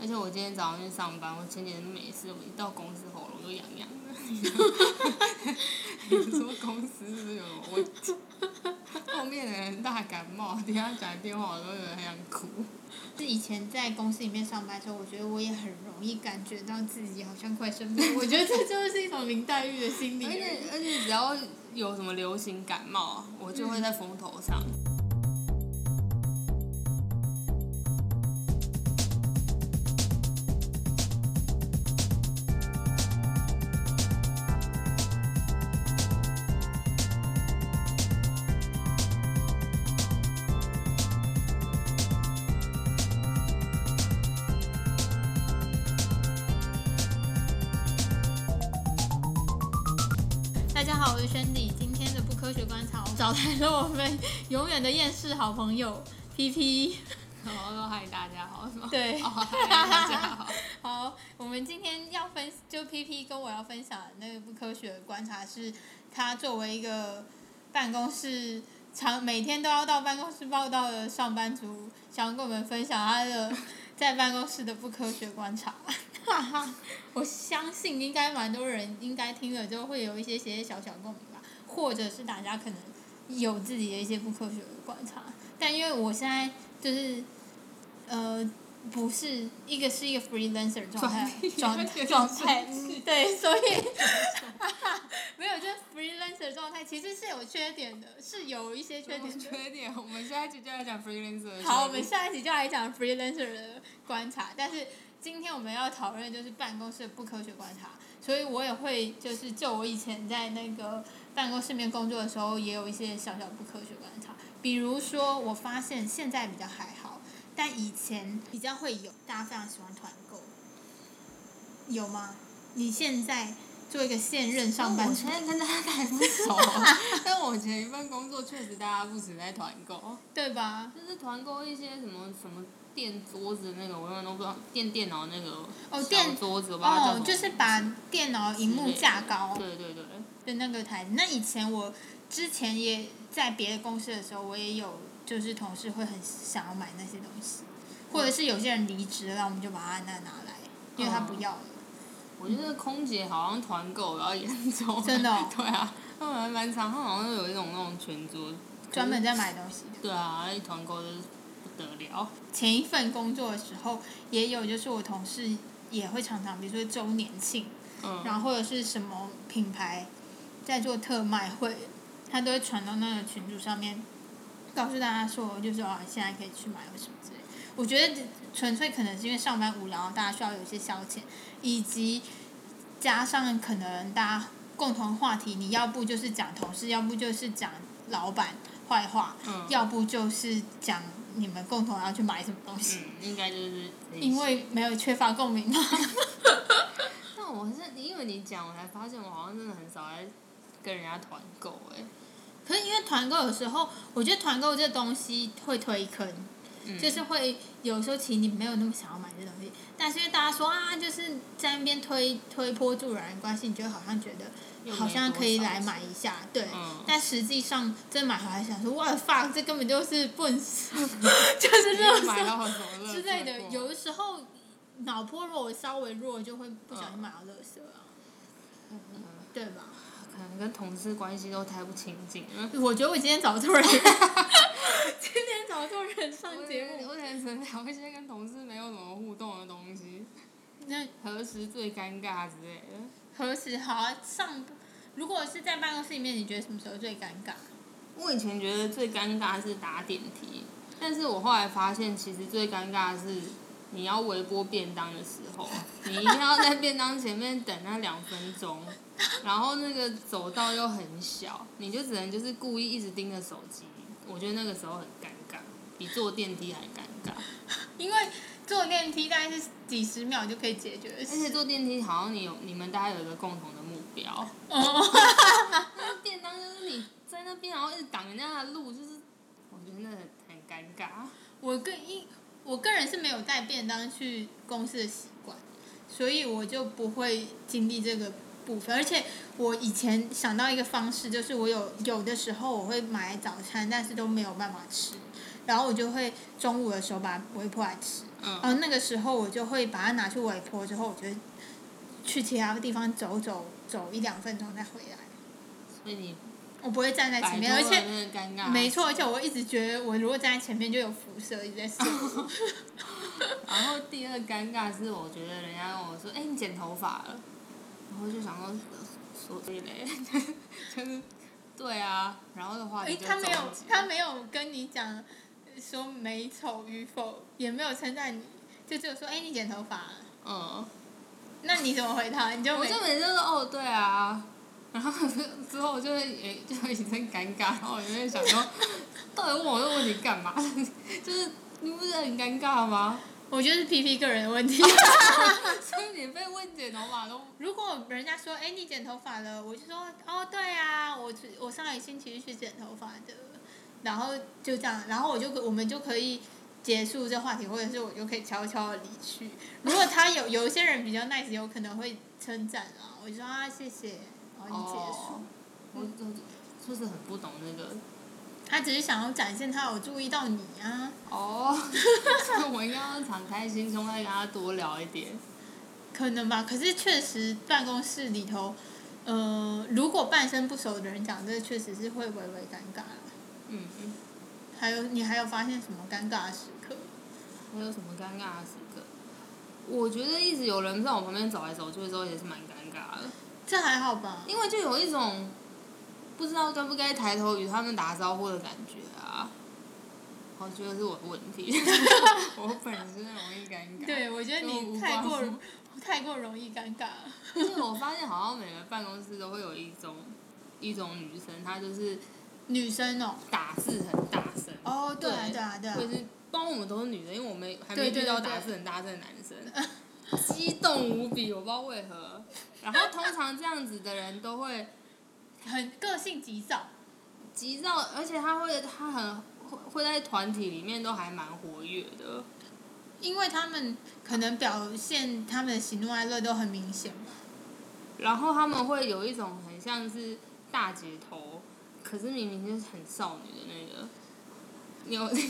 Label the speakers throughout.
Speaker 1: 而且我今天早上去上班，我前几天没事，我一到公司喉咙就痒痒的。 你说公司是不是有我？后面的人大感冒，等一下讲电话我都有点很想哭。
Speaker 2: 是以前在公司里面上班的时候，我觉得我也很容易感觉到自己好像快生病。我觉得这就是一种林黛玉的心理
Speaker 1: 而
Speaker 2: 而
Speaker 1: 且
Speaker 2: 已。
Speaker 1: 而且只要有什么流行感冒，啊我就会在风头上。
Speaker 2: 大家好，我是轩迪，今天的不科学观察，我找来了我们永远的厌世好朋友 P P。
Speaker 1: 然后说嗨大家好是吗？
Speaker 2: 对
Speaker 1: 哦嗨大家 好。
Speaker 2: 好，我们今天要分就 P P 跟我要分享的那个不科学的观察是，他作为一个办公室常每天都要到办公室报道的上班族，想要跟我们分享他的在办公室的不科学观察。我相信应该蛮多人应该听了之后会有一些些小小共鸣吧，或者是大家可能有自己的一些不科学的观察，但因为我现在就是呃不是一个是一个 freelancer 状态状态状态，嗯对，所以没有就是 freelancer 状态其实是有缺点的，是有一些缺
Speaker 1: 哦缺点
Speaker 2: 点的。
Speaker 1: 缺点，我们下一集就来讲 freelancer 的
Speaker 2: 好，我
Speaker 1: 缺
Speaker 2: 们
Speaker 1: 点
Speaker 2: 下一集就来讲 freelancer 的观察，但是今天我们要讨论就是办公室的不科学观察，所以我也会就是就我以前在那个办公室里面工作的时候，也有一些小小不科学观察，比如说我发现现在比较还好，但以前比较会有，大家非常喜欢团购，有吗？你现在做一个现任上班
Speaker 1: 哦我
Speaker 2: 族
Speaker 1: 现，在跟大家还不 熟，但我前一份工作确实大家不止在团购，
Speaker 2: 对吧？
Speaker 1: 就是团购一些什么什么垫桌子那个，我永远都不知道垫电脑那个小
Speaker 2: 哦垫
Speaker 1: 桌子，我不知道叫什
Speaker 2: 哦
Speaker 1: 么，
Speaker 2: 就是把电脑荧幕架高，
Speaker 1: 对对对，
Speaker 2: 的那个台子。那以前我之前也在别的公司的时候，我也有就是同事会很想要买那些东西，或者是有些人离职了，然后我们就把他那拿来，因为他不要了。
Speaker 1: 我觉得空姐好像团购比较严重，
Speaker 2: 真的哦
Speaker 1: 对啊，他们还蛮常，他们好像有一种那种全桌，
Speaker 2: 专门在买东西。
Speaker 1: 对啊，一团购就是不得了，
Speaker 2: 前一份工作的时候也有，就是我同事也会常常，比如说周年庆，
Speaker 1: 嗯，
Speaker 2: 然后或者是什么品牌在做特卖会，他都会传到那个群组上面，告诉大家说，就是啊，现在可以去买或什么之类。我觉得纯粹可能是因为上班无聊，大家需要有一些消遣，以及加上可能大家共同话题，你要不就是讲同事，要不就是讲老板坏话，
Speaker 1: 嗯
Speaker 2: 要不就是讲你们共同要去买什么东西，
Speaker 1: 嗯，应该就是这一些
Speaker 2: 因为没有缺乏共 鸣嘛。
Speaker 1: 但我是因为你讲，我才发现我好像真的很少在跟人家团购哎。
Speaker 2: 可是因为团购有时候，我觉得团购这东西会推坑，
Speaker 1: 嗯
Speaker 2: 就是会有时候其实你没有那么想要买这东西，但是因为大家说啊，就是在那边推推波助澜的关系，你就会好像觉
Speaker 1: 又
Speaker 2: 得
Speaker 1: 没
Speaker 2: 好像可以来买一下，对。
Speaker 1: 嗯
Speaker 2: 但实际上真买回来想说，哇 fuck，这根本就是 笨死，就是垃
Speaker 1: 买
Speaker 2: 圾
Speaker 1: 到什么乐
Speaker 2: 之类的。
Speaker 1: 色货
Speaker 2: 有的时候脑波如果稍微弱，就会不
Speaker 1: 嗯
Speaker 2: 小心买到垃圾啊，对吧？
Speaker 1: 可能跟同事关系都太不亲近了。
Speaker 2: 我觉得我今天找错人， 今天找错人上节目。
Speaker 1: 我可能只能 聊一些跟同事没有什么互动的东西，
Speaker 2: 那
Speaker 1: 何时最尴尬之类的。
Speaker 2: 何时好啊上？如果是在办公室里面，你觉得什么时候最尴尬？
Speaker 1: 我以前觉得最尴尬是打电梯，但是我后来发现，其实最尴尬的是你要微波便当的时 候，你一定要在便当前面等那两分钟，然后那个走道又很小，你就只能就是故意一直盯着手机。我觉得那个时候很尴尬，比坐电梯还尴尬，
Speaker 2: 因为坐电梯大概是几十秒就可以解决的
Speaker 1: 而且
Speaker 2: 事。
Speaker 1: 坐电梯好像你有你们大家有一个共同的目标，
Speaker 2: 哦，
Speaker 1: 那便当就是你在那边然后一直挡人家的路，就是我觉得那很很尴尬。
Speaker 2: 我个一我个人是没有带便当去公司的习惯，所以我就不会经历这个部分。而且我以前想到一个方式，就是我有有的时候我会买早餐，但是都没有办法吃。然后我就会中午的时候把它微波来吃。
Speaker 1: 嗯
Speaker 2: 然后那个时候我就会把它拿去微波，之后我就去其他地方走走走一两分钟再回来。
Speaker 1: 所以你
Speaker 2: 我哎不会站在
Speaker 1: 摆脱啊
Speaker 2: 前面，而
Speaker 1: 了
Speaker 2: 且
Speaker 1: 那个尴尬，
Speaker 2: 没错，而且我会一直觉得我如果站在前面就有辐射一直在射 我。
Speaker 1: 然后第二尴尬是，我觉得人家跟我说：“哎、你剪头发了。”然后就想说，所以嘞， 就是对啊。然后的话
Speaker 2: 哎
Speaker 1: 题，就
Speaker 2: 他没有
Speaker 1: 终结，
Speaker 2: 他没有跟你讲说美丑与否，也没有称赞你，就只有说哎、你剪头发了，
Speaker 1: 嗯，
Speaker 2: 那你怎么回他？你就
Speaker 1: 我
Speaker 2: 没
Speaker 1: 就每次都说：“哦，对啊。”然后之后就会也就会一阵尴尬，然后我就会想说，到底问我这个问题干嘛？ 就是你不是很尴尬吗？
Speaker 2: 我觉得是 P P 个人的问题。
Speaker 1: 所以你被问剪头发都
Speaker 2: 如果人家说哎、你剪头发了，我就说哦对啊，我去我上个星期是去剪头发的，然后就这样，然后我就可我们就可以。结束这话题，或者是我就可以悄悄的离去。如果他有有一些人比较 nice，有可能会称赞啊，我就说啊谢谢，然后就结束。
Speaker 1: 哦，我我就是很不懂那个
Speaker 2: 他只是想要展现他有注意到你啊。
Speaker 1: 哦，我应该要敞开心胸，再跟他多聊一点。
Speaker 2: 可能吧，可是确实办公室里头，呃，如果半生不熟的人讲这个，确实是会微微尴尬啦。
Speaker 1: 嗯嗯，
Speaker 2: 还有，你还有发现什么尴尬的时刻？
Speaker 1: 还有什么尴尬的时刻？我觉得一直有人在我旁边走来走去的时候，也是蛮尴尬的，
Speaker 2: 这还好吧？
Speaker 1: 因为就有一种不知道该不该抬头与他们打招呼的感觉啊。我觉得是我的问题， 我本身容易尴尬。
Speaker 2: 对，我觉得
Speaker 1: 跟我
Speaker 2: 你
Speaker 1: 无
Speaker 2: 太
Speaker 1: 关
Speaker 2: 过太过容易尴尬了。
Speaker 1: 而且我发现好像每个办公室都会有一种一种女生，她就是
Speaker 2: 女生哦，
Speaker 1: 打字很大声。
Speaker 2: 哦，对啊，
Speaker 1: 对
Speaker 2: 对啊，对啊
Speaker 1: 或，者是帮我们都是女的，因为我们还没
Speaker 2: 对对
Speaker 1: 遇到
Speaker 2: 对
Speaker 1: 打字很大声的男生， 激动无比，我不知道为何。然后通常这样子的人都会
Speaker 2: 很个性急躁。
Speaker 1: 急躁，而且他会他很会会在团体里面都还蛮活跃的。
Speaker 2: 因为他们可能表现他们的喜怒哀乐都很明显吧，
Speaker 1: 然后他们会有一种很像是大姐头，可是明明就是很少女的那个。你 有？太太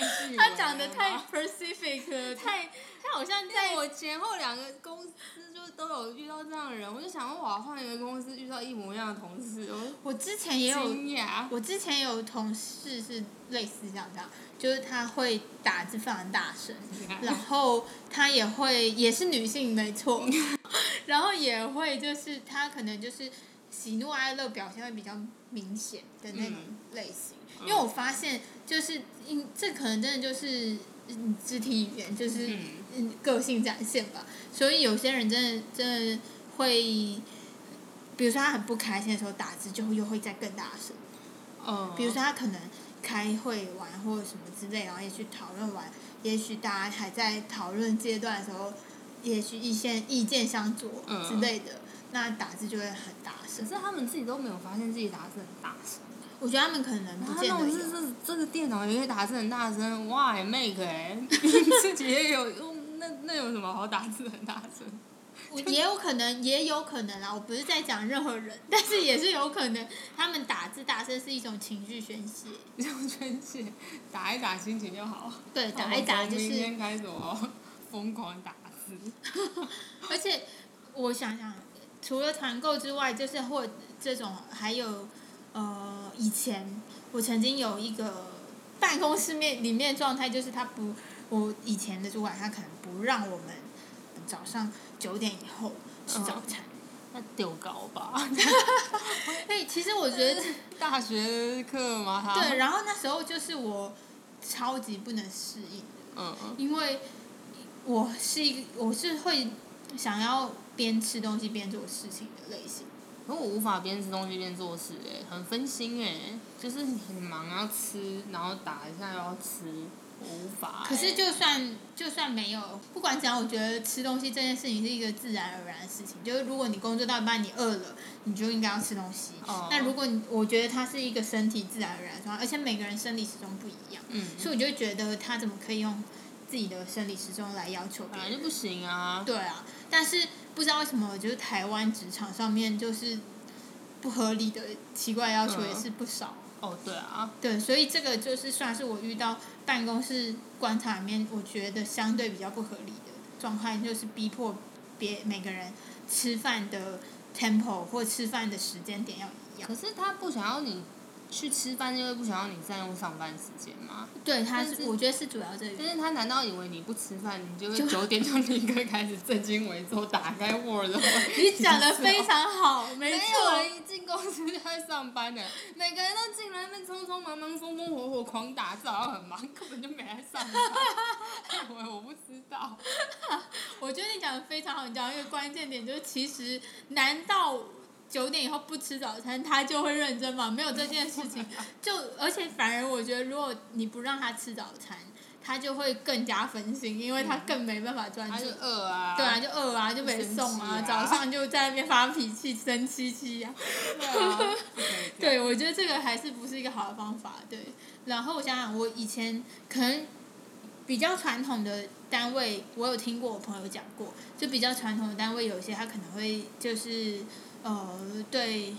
Speaker 1: 具有
Speaker 2: 他讲的
Speaker 1: 了
Speaker 2: 太
Speaker 1: 吗
Speaker 2: specific 了，太他好像在
Speaker 1: 我前后两个公司就都有遇到这样的人，我就想说，哇，换一个公司遇到一模一样的同事，我
Speaker 2: 我之前也有，
Speaker 1: 惊讶。
Speaker 2: 我之前有同事是类似这样这样，就是他会打字非常大声，然后他也会也是女性没错， 然后也会就是他可能就是喜怒哀乐表现会比较明显的那种类型，因为我发现就是因这可能真的就是嗯肢体语言就是。
Speaker 1: 嗯，
Speaker 2: 嗯，个性展现吧。所以有些人真的真的会，比如说他很不开心的时候打字，就会又会再更大声。
Speaker 1: 哦，
Speaker 2: 比如说他可能开会完或者什么之类，然后也许讨论完，也许大家还在讨论阶段的时候，也许意见意见相左
Speaker 1: 嗯
Speaker 2: 之类的，那打字就会很大
Speaker 1: 可
Speaker 2: 声。
Speaker 1: 是他们自己都没有发现自己打字很大声，
Speaker 2: 我觉得他们可能
Speaker 1: 然
Speaker 2: 不
Speaker 1: 后
Speaker 2: 见
Speaker 1: 啊那种
Speaker 2: 得
Speaker 1: 是
Speaker 2: 有。
Speaker 1: 这这个电脑也可以打字很大声，哇，make 哎、 自己也有用，那那有什么好打字很大声？
Speaker 2: 我也有可能，也有可能啦。我不是在讲任何人，但是也是有可能，他们打字大声是一种情绪宣泄。
Speaker 1: 这样宣泄，打一打心情就好。
Speaker 2: 对，打一打
Speaker 1: 哦我
Speaker 2: 就
Speaker 1: 从明
Speaker 2: 是，
Speaker 1: 天开始我疯狂打字。
Speaker 2: 而且我想想，除了团购之外，就是或这种还有呃，以前我曾经有一个办公室面里面状态，就是他不，我以前的主管他可能不让我们早上九点以后吃早餐。
Speaker 1: 那丢高吧。
Speaker 2: 所以其实我觉得
Speaker 1: 大学课吗？他
Speaker 2: 对，，然后那时候就是我超级不能适应的。
Speaker 1: 嗯嗯
Speaker 2: 因为我是一个我是会想要边吃东西边做事情的类型。
Speaker 1: 可我无法边吃东西边做事、哎，很分心、哎，就是你很忙要吃，然后打一下又要吃，我无法、
Speaker 2: 可是
Speaker 1: 哎
Speaker 2: 就算就算没有，不管怎样，我觉得吃东西这件事情是一个自然而然的事情。就是如果你工作到一半你饿了，你就应该要吃东西。
Speaker 1: 哦
Speaker 2: 那如果你我觉得它是一个身体自然而然的状态，而且每个人生理时钟不一样，
Speaker 1: 嗯，
Speaker 2: 所以我就觉得他怎么可以用自己的生理时钟来要求别
Speaker 1: 本来
Speaker 2: 人
Speaker 1: 就？不行啊。
Speaker 2: 对啊，但是不知道为什么，就是
Speaker 1: 嗯
Speaker 2: 台湾职场上面就是不合理的奇怪要求也是不少。
Speaker 1: 哦，对啊，
Speaker 2: 对，所以这个就是算是我遇到办公室观察里面，我觉得相对比较不合理的状态，就是逼迫别每个人吃饭的 tempo 或吃饭的时间点要一样。
Speaker 1: 可是他不想要你去吃饭，因为不想要你占用上班时间嘛。
Speaker 2: 对，他
Speaker 1: 但
Speaker 2: 是
Speaker 1: 是
Speaker 2: 我觉得是主要这
Speaker 1: 但
Speaker 2: 个，
Speaker 1: 是他难道以为你不吃饭，你就会
Speaker 2: 就
Speaker 1: 九点就立刻开始正襟危坐，打开 Word？了吗
Speaker 2: 你讲的非常好，没
Speaker 1: 没
Speaker 2: 错
Speaker 1: 有。人一进公司就在上班的，每个人都进来那边匆匆忙忙、风风火火狂打字，好像很忙，根本就没来上班。 我我不知道，
Speaker 2: 我觉得你讲的非常好，你讲到一个关键点，就是其实难道九点以后不吃早餐，他就会认真吗？没有这件事 情，就而且反而我觉得，如果你不让他吃早餐，他就会更加分心，因为他更没办法专
Speaker 1: 嗯他
Speaker 2: 注
Speaker 1: 就。饿啊。
Speaker 2: 对啊，就饿啊，就没送啊，
Speaker 1: 生气
Speaker 2: 早
Speaker 1: 啊
Speaker 2: 上就在那边发脾气，生气气啊。
Speaker 1: 对啊， 不可以这样
Speaker 2: 对，我觉得这个还是不是一个好的方法。对，然后我想想，我以前可能比较传统的单位，我有听过我朋友讲过，就比较传统的单位，有些他可能会就是呃对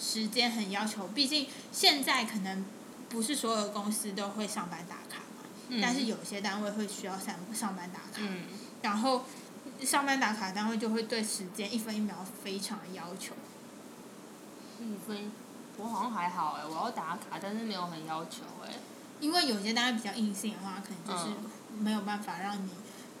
Speaker 2: 时间很要求，毕竟现在可能不是所有的公司都会上班打卡嘛，
Speaker 1: 嗯
Speaker 2: 但是有些单位会需要上上班打卡。
Speaker 1: 嗯，
Speaker 2: 然后上班打卡单位就会对时间一分一秒非常的要求。
Speaker 1: 一分，嗯我好像还好哎、我要打卡，但是没有很要求哎、
Speaker 2: 因为有些单位比较硬性的话，可能就是没有办法让你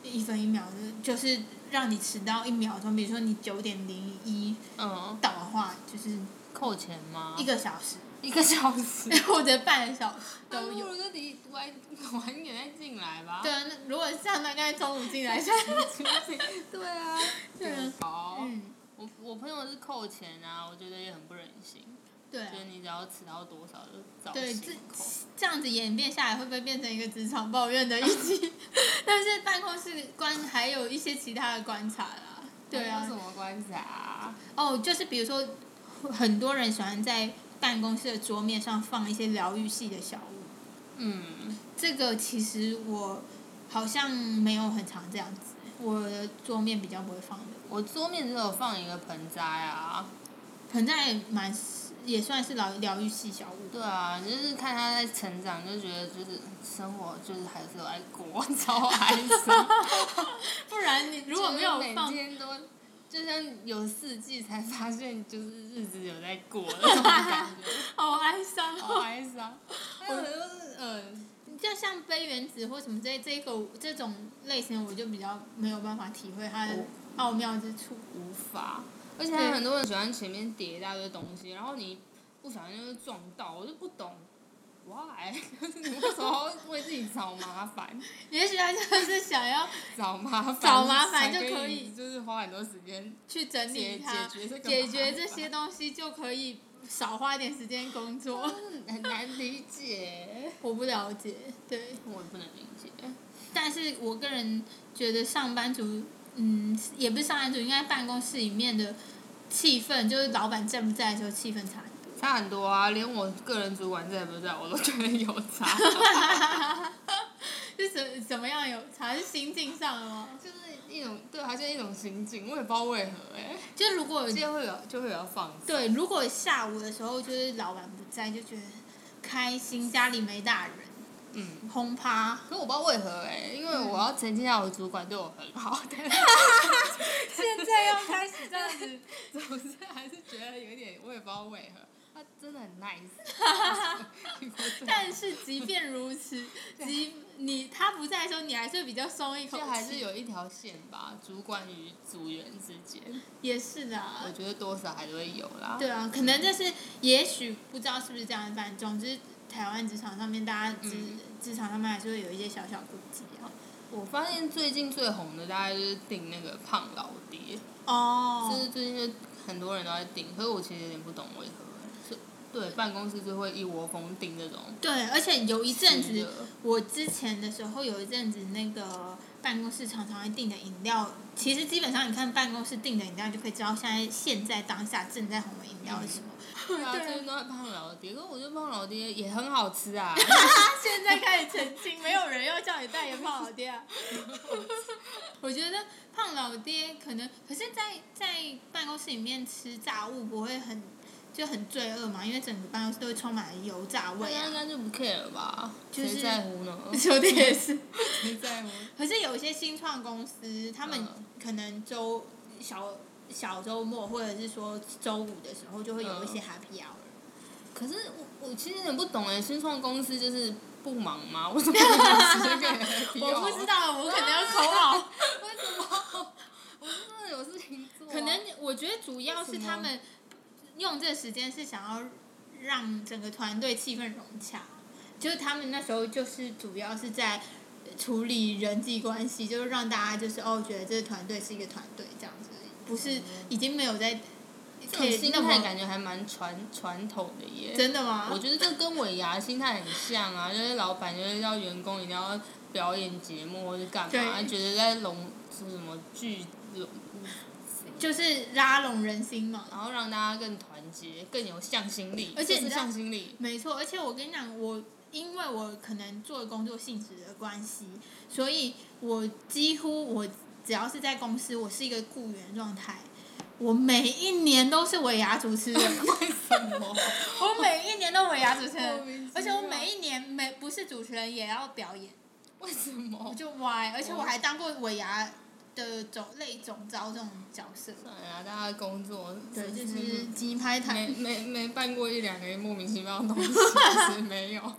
Speaker 2: 一分一秒，就是就是让你迟到一秒钟。比如说你九点零一
Speaker 1: 嗯，
Speaker 2: 到的话，就是
Speaker 1: 扣钱吗？
Speaker 2: 一个小时
Speaker 1: 一个小时
Speaker 2: 或者半个小时
Speaker 1: 那
Speaker 2: 都
Speaker 1: 不
Speaker 2: 有。
Speaker 1: 如就离晚晚一点再进来吧。
Speaker 2: 对啊，那如果像大概中午进来，像
Speaker 1: 对啊，
Speaker 2: 对啊
Speaker 1: 好
Speaker 2: 嗯，
Speaker 1: 我我朋友是扣钱啊，我觉得也很不忍心，
Speaker 2: 对啊
Speaker 1: 就，是你只要迟到多少就找
Speaker 2: 对这
Speaker 1: 钱扣。
Speaker 2: 这样子演变下来，会不会变成一个职场抱怨的一集？ 但是办公室观还有一些其他的观察啦。对啊
Speaker 1: 还有，什么关系啊？
Speaker 2: 哦，就是比如说，很多人喜欢在办公室的桌面上放一些疗愈系的小物，
Speaker 1: 嗯，
Speaker 2: 这个其实我好像没有很常这样子，我的桌面比较不会放的，
Speaker 1: 我桌面只有放一个盆栽啊。
Speaker 2: 盆栽也蛮也算是疗疗愈系小物。
Speaker 1: 对啊，就是看他在成长，就觉得就是生活就是还是有爱过， 超哀伤。
Speaker 2: 不然你如果没有
Speaker 1: 就是每
Speaker 2: 放，
Speaker 1: 天都，就像有四季才发现，就是日子有在过的那种感觉，
Speaker 2: 好哀伤
Speaker 1: 好
Speaker 2: 哦。
Speaker 1: 哀伤。还有就是，嗯、
Speaker 2: 就像杯原子或什么这这个这种类型，我就比较没有办法体会它
Speaker 1: 哦
Speaker 2: 的奥妙之处。
Speaker 1: 无法，而且还有很多人喜欢前面叠一大堆东西，然后你不小心就是撞到，我就不懂。why？就是 你为什么要为自己找麻烦？
Speaker 2: 也许他就是想要
Speaker 1: 找麻烦，
Speaker 2: 找麻
Speaker 1: 才
Speaker 2: 烦就可
Speaker 1: 以
Speaker 2: 以
Speaker 1: 就是花很多时间
Speaker 2: 去整理
Speaker 1: 解
Speaker 2: 它
Speaker 1: 解，决这个
Speaker 2: 解决
Speaker 1: 麻
Speaker 2: 这
Speaker 1: 烦
Speaker 2: 些东西就可以少花点时间工作。
Speaker 1: 很难理解，
Speaker 2: 我不了解，对，
Speaker 1: 我也不能理解。
Speaker 2: 但是我个人觉得上班族，嗯，也不是上班族，应该办公室里面的气氛，就是老板在不在的时候，气氛差很多。
Speaker 1: 差很多啊，连我个人主管在不在，我都觉得有差。
Speaker 2: 是怎怎么样有差？是心境上的吗？
Speaker 1: 就是一种对，好像一种心境，我也不知道为何哎、
Speaker 2: 就如果
Speaker 1: 就会有就会有放松。
Speaker 2: 嗯对，如果下午的时候就是老板不在，就觉得开心，家里没大人，
Speaker 1: 嗯。
Speaker 2: 轰趴。
Speaker 1: 可我不知道为何哎、因为我要澄清一下，我主管对我很好，但是
Speaker 2: 现在要 开始这样子。
Speaker 1: 总是还是觉得有点，我也不知道为何，他真的很 nice 。
Speaker 2: 但是即便 如此，即你他不在的时候，你还是会比较松一口
Speaker 1: 啊就
Speaker 2: 气，
Speaker 1: 还是有一条线吧，主管与组员之间，
Speaker 2: 也是的啊
Speaker 1: 我。觉得多少还是会有啦。
Speaker 2: 对啊，可能这是也许不知道是不是这样，反正总之台湾职场上面，大家职、
Speaker 1: 嗯
Speaker 2: 职场上面还是会有一些小小顾忌啊。
Speaker 1: 我发现最近最红的大概就是订那个胖老爹，就
Speaker 2: 哦，
Speaker 1: 是最近就很多人都在订，可是我其实有点不懂为何欸，就对办公室就会一窝蜂订这种
Speaker 2: 对，而且有一阵
Speaker 1: 吃
Speaker 2: 子
Speaker 1: 的，
Speaker 2: 我之前的时候有一阵子，那个办公室常常会订的饮料，其实基本上你看办公室订的饮料，就可以知道现在现在当下正在红的饮料是什么。
Speaker 1: 对啊，
Speaker 2: 对
Speaker 1: 最近都在胖老爹，可是我觉得胖老爹也很好吃 啊，
Speaker 2: 现在开始澄清，没有人要叫你代言胖老爹、啊。我觉得胖老爹可能，可是在，在办公室里面吃炸物不会很就很罪恶嘛，因为整个办公室都会充满了油炸
Speaker 1: 大
Speaker 2: 味
Speaker 1: 家应
Speaker 2: 啊。
Speaker 1: 该就不 care 了吧？
Speaker 2: 就是
Speaker 1: 谁在乎呢？
Speaker 2: 酒店也是，
Speaker 1: 谁在乎？
Speaker 2: 可是有一些新创公司，他们
Speaker 1: 嗯
Speaker 2: 可能周小小周末或者是说周五的时候，就会有一些 happy hour。
Speaker 1: 可是我我其实有点不懂哎，新创公司就是不忙吗？为什么要直 接给 happy
Speaker 2: 我
Speaker 1: hour？
Speaker 2: 不知道，我可能要口好。
Speaker 1: 为什么， 我是真的有事情做啊、
Speaker 2: 可能我觉得主要是他
Speaker 1: 为
Speaker 2: 们用这时间是想要让整个团队气氛融洽，就是他们那时候就是主要是在处理人际关系，就是让大家就是哦觉得这个团队是一个团队这样子而已，不是已经没有在
Speaker 1: 哦这
Speaker 2: 可
Speaker 1: 种
Speaker 2: 以
Speaker 1: 心
Speaker 2: 那么
Speaker 1: 态感觉还蛮传传统的耶。
Speaker 2: 真的吗？
Speaker 1: 我觉得这跟尾牙心态很像啊，就是老板就是要员工一定要表演节目或者干嘛，啊
Speaker 2: 对
Speaker 1: 觉得在融是什么聚拢，
Speaker 2: 就是拉拢人心嘛。
Speaker 1: 然后让大家更团结，更有向心力，
Speaker 2: 而且
Speaker 1: 这
Speaker 2: 你
Speaker 1: 是
Speaker 2: 知道
Speaker 1: 向心力。
Speaker 2: 没错，而且我跟你讲，我因为我可能做的工作性质的关系，所以我几乎我只要是在公司，我是一个雇员状态。我每一年都是尾牙主持 人，
Speaker 1: 为什么？
Speaker 2: 我每一年都尾牙主持
Speaker 1: 莫名
Speaker 2: 人
Speaker 1: 其妙，
Speaker 2: 而且我每一年每不是主持人也要表演，
Speaker 1: 为什么
Speaker 2: 我？就歪，而且我还当过尾牙的总类总招这种角色，
Speaker 1: 算了啦，啊大家工作
Speaker 2: 对，
Speaker 1: 真
Speaker 2: 就是鸡拍
Speaker 1: 没
Speaker 2: 台，
Speaker 1: 没没办过一两个莫名其妙的东 西，其实没有。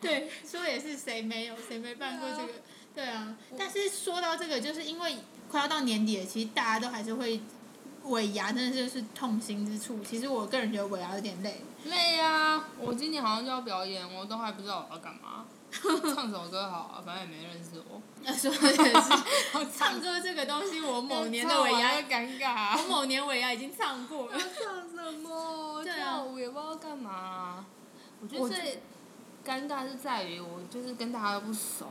Speaker 2: 对，说也是谁没有谁没办过这个，对啊。但是说到这个，就是因为快要到年底了，其实大家都还是会尾牙，真的就是痛心之处。其实我个人觉得尾牙有点累，
Speaker 1: 累啊！我今年好像就要表演，我都还不知道我要干嘛。唱首歌好啊，反正也没认识 我。
Speaker 2: 那说的是 唱
Speaker 1: 唱
Speaker 2: 歌这个东西，我某年的尾 牙，
Speaker 1: 尴尬
Speaker 2: 我。某年尾牙已经唱过了。
Speaker 1: 唱什么？
Speaker 2: 对啊
Speaker 1: 跳舞也不知道干嘛。我觉
Speaker 2: 我
Speaker 1: 得最尴尬是在于我就是跟大家都不熟，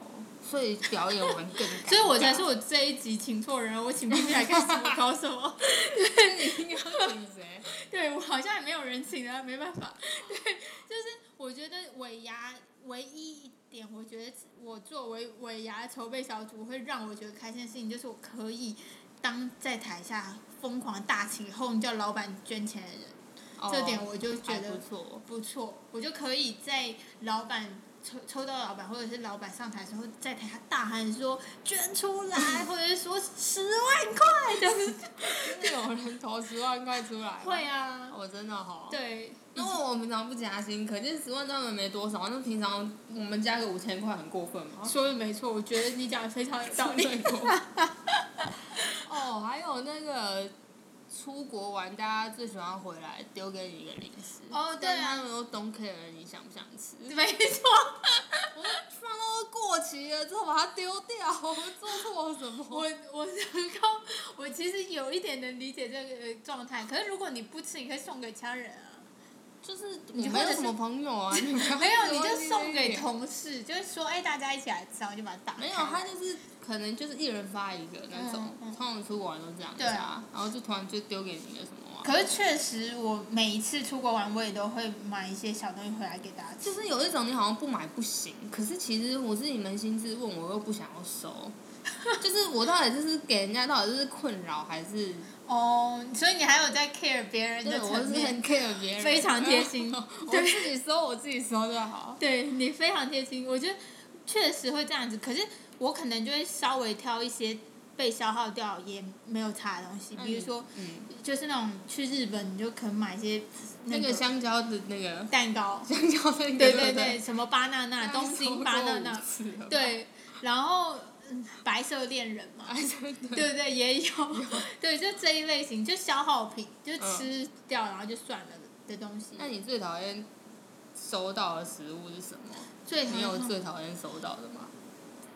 Speaker 1: 所以表演完更尴尬。
Speaker 2: 所以我才说我这一集请错人了，我请不起来干什么搞什么？
Speaker 1: 你要请谁？
Speaker 2: 对我好像也没有人请啊，没办法。对，就是我觉得尾牙唯一一点，我觉得我作为尾牙筹备小组会让我觉得开心的事情，就是我可以当在台下疯狂大起哄叫老板捐钱的人，
Speaker 1: 哦
Speaker 2: 这点我就觉
Speaker 1: 还
Speaker 2: 得
Speaker 1: 不错。
Speaker 2: 不错，我就可以在老板。抽抽到老板，或者是老板上台的时候，在台下大喊说捐出来，或者是说十万块，就是
Speaker 1: 真的有人投十万块出来？
Speaker 2: 会。啊，
Speaker 1: 我真的好。
Speaker 2: 对，
Speaker 1: 因为我们平常不加薪，可见十万他们没多少。那平常我们加个五千块很过分吗？
Speaker 2: 说的没错，我觉得你讲的非常 有道理。
Speaker 1: 哦，还有那个出国玩，大家最喜欢回来丢给你一个零食。
Speaker 2: 哦对
Speaker 1: 但
Speaker 2: 啊
Speaker 1: 他们都 don't care 你想不想吃。
Speaker 2: 没错，
Speaker 1: 放到过期了之后把它丢掉，我们做错了什么？
Speaker 2: 我我能够，我其实有一点能理解这个状态。可是如果你不吃，你可以送给家人啊。
Speaker 1: 就是我
Speaker 2: 你
Speaker 1: 没
Speaker 2: 或
Speaker 1: 有
Speaker 2: 者是
Speaker 1: 什么朋友啊， 你们
Speaker 2: 没有，你
Speaker 1: 忘
Speaker 2: 就
Speaker 1: 记
Speaker 2: 送
Speaker 1: 这一
Speaker 2: 给
Speaker 1: 点
Speaker 2: 同事，就是说，哎，大家一起来吃，然后就把它打开。
Speaker 1: 没有，他就是可能就是一人发一个那种，
Speaker 2: 嗯嗯
Speaker 1: 通常出国玩都这样子
Speaker 2: 对啊
Speaker 1: 啊，然后就突然就丢给你个什么、啊。
Speaker 2: 可是确实，我每一次出国玩，我也都会买一些小东西回来给大家
Speaker 1: 就
Speaker 2: 吃。
Speaker 1: 是有一种你好像不买不行，可是其实我自己扪心自问，我又不想要收，就是我到底就是给人家到底是困扰还 是
Speaker 2: 哦，所以你还有在 care 别人
Speaker 1: 对
Speaker 2: 的
Speaker 1: 我
Speaker 2: 层
Speaker 1: 是
Speaker 2: 面
Speaker 1: 很。care 别人，
Speaker 2: 非常贴 心
Speaker 1: 我
Speaker 2: 对
Speaker 1: 自己收我自己收就好。
Speaker 2: 对你非常贴心，我觉得确实会这样子。可是我可能就会稍微挑一些被消耗掉也没有差的东西，
Speaker 1: 那
Speaker 2: 比如
Speaker 1: 你
Speaker 2: 说
Speaker 1: 嗯，
Speaker 2: 就是那种去日本，你就可能买一些
Speaker 1: 那
Speaker 2: 个
Speaker 1: 个香蕉的那个
Speaker 2: 蛋糕，
Speaker 1: 香蕉那个，对
Speaker 2: 对
Speaker 1: 哎
Speaker 2: 对对，，什么巴娜娜，东京巴娜娜，，对，然后嗯白色恋人 嘛，
Speaker 1: 哎真的，
Speaker 2: 对对也有，对，就这一类型，就消耗品，就
Speaker 1: 嗯
Speaker 2: 吃掉然后就算了的东西。
Speaker 1: 那你最讨厌收到的食物是什么？
Speaker 2: 最讨
Speaker 1: 你
Speaker 2: 厌
Speaker 1: 有
Speaker 2: 那种
Speaker 1: 最讨厌收到的吗？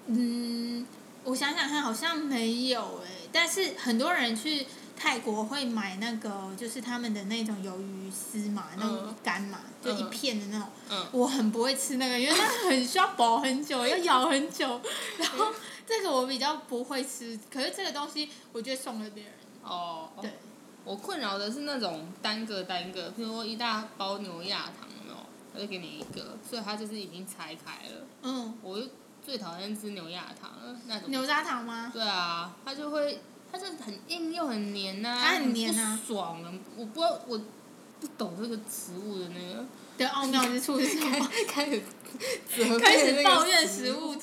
Speaker 2: 嗯，我想想看，好像没有诶、但是很多人去泰国会买那个，就是他们的那种鱿鱼丝嘛，那种
Speaker 1: 嗯
Speaker 2: 干嘛，就一
Speaker 1: 嗯
Speaker 2: 片的那种。
Speaker 1: 嗯，
Speaker 2: 我很不会吃那个，因为它很需要保很久，要咬很久。然后
Speaker 1: 嗯
Speaker 2: 这个我比较不会吃，可是这个东西我觉得送给别人，
Speaker 1: 哦，
Speaker 2: 对，
Speaker 1: 我困扰的是那种单个单个，譬如说一大包牛轧糖有没有，我就给你一个，所以它就是已经拆开了。
Speaker 2: 嗯，
Speaker 1: 我就最讨厌吃牛轧糖了，那种。
Speaker 2: 牛轧糖吗？
Speaker 1: 对啊，它就会，它就很硬又很黏呐、
Speaker 2: 它很黏啊
Speaker 1: 不爽啊！我不会，我不懂这个食物的那 个，
Speaker 2: 的奥妙之处是什 么？
Speaker 1: 开 始责备
Speaker 2: 开始
Speaker 1: 那个
Speaker 2: 抱怨食物，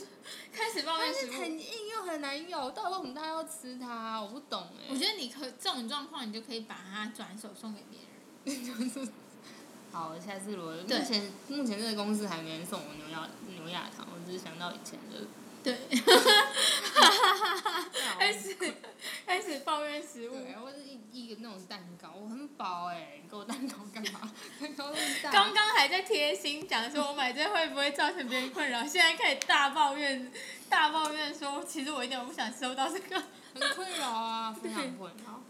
Speaker 2: 开始抱
Speaker 1: 但
Speaker 2: 怨
Speaker 1: 是
Speaker 2: 食物。
Speaker 1: 很硬又很难咬，到底我们大家要吃它？我不懂哎、
Speaker 2: 我觉得你可这种状况，你就可以把它转手送给别人。
Speaker 1: 好，下次我目
Speaker 2: 对
Speaker 1: 前目前这个公司还没人送我牛轧牛轧糖，我只是想到以前的。
Speaker 2: 对，开始开始抱怨食物。
Speaker 1: 对，或者一一个那种蛋糕，我很饱哎、你给我蛋糕干 嘛？蛋糕那么大。
Speaker 2: 刚刚还在贴心讲 说我买这会不会造成别人困扰，现在开始大抱怨，大抱怨说其实我一点都不想收到这个。
Speaker 1: 很困扰啊，非常困扰。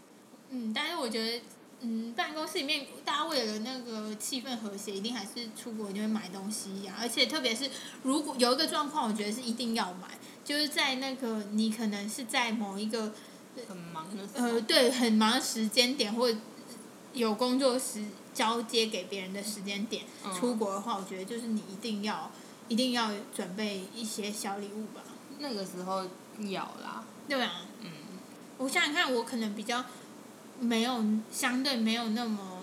Speaker 2: 嗯，但是我觉得，嗯，办公室里面大家为了那个气氛和谐，一定还是出国就会买东西呀、而且特别是如果有一个状况，我觉得是一定要买，就是在那个你可能是在某一个
Speaker 1: 很忙的时候，
Speaker 2: 呃对很忙的时间点或有工作时交接给别人的时间点、
Speaker 1: 嗯
Speaker 2: 出国的话，我觉得就是你一定要一定要准备一些小礼物吧。
Speaker 1: 那个时候咬啦，
Speaker 2: 对啊，
Speaker 1: 嗯，
Speaker 2: 我想想看，我可能比较没有相对没有那么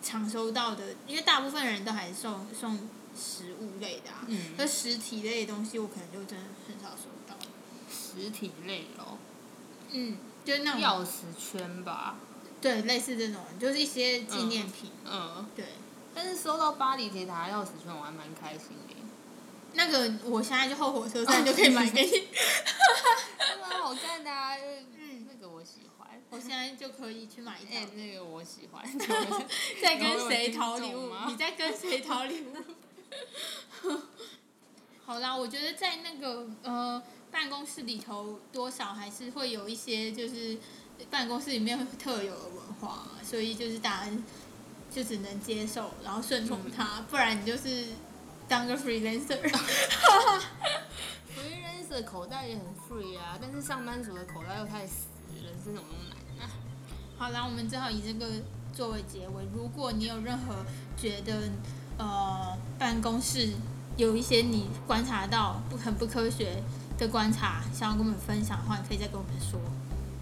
Speaker 2: 常收到的，因为大部分人都还送送食物类的啊，
Speaker 1: 嗯
Speaker 2: 而实体类的东西我可能就真的很少收到。
Speaker 1: 实体类哦，
Speaker 2: 嗯，就是那种
Speaker 1: 钥匙圈吧，
Speaker 2: 对类似这种，就是一些纪念品。
Speaker 1: 嗯，
Speaker 2: 对，
Speaker 1: 但是收到巴黎铁塔的钥匙圈，我还蛮开心的。
Speaker 2: 那个我现在就后火车站就可以买给哦你。
Speaker 1: 那蛮好看的啊，
Speaker 2: 嗯，
Speaker 1: 那个我喜欢。
Speaker 2: 我现在就可以去买一
Speaker 1: 哎、
Speaker 2: 套。
Speaker 1: 那个我喜 欢。
Speaker 2: 在跟谁讨礼
Speaker 1: 有听
Speaker 2: 物
Speaker 1: 众吗？
Speaker 2: 你在跟谁讨礼物？ 好啦，我觉得在那个呃办公室里头，多少还是会有一些就是办公室里面特有的文化，所以就是大家就只能接受，然后顺从它，不然你就是当个 freelancer。
Speaker 1: 我觉得 r a n 的口袋也很 free 啊，但是上班族的口袋又太死了，人生怎么那么难啊？
Speaker 2: 好啦，我们只好以这个作为结尾。如果你有任何觉得呃办公室有一些你观察到不很不科学的观察，想要跟我们分享的话，你可以再跟我们说。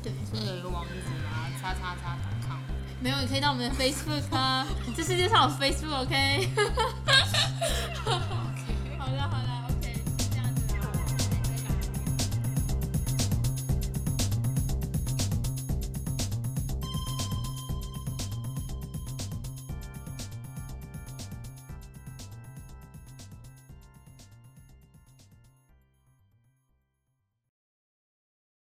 Speaker 2: 对，
Speaker 1: 所以有一个网址啊，叉叉叉 c o
Speaker 2: 没有，你可以到我们的 Facebook 啊，这世界上有 Facebook，OK？、 啊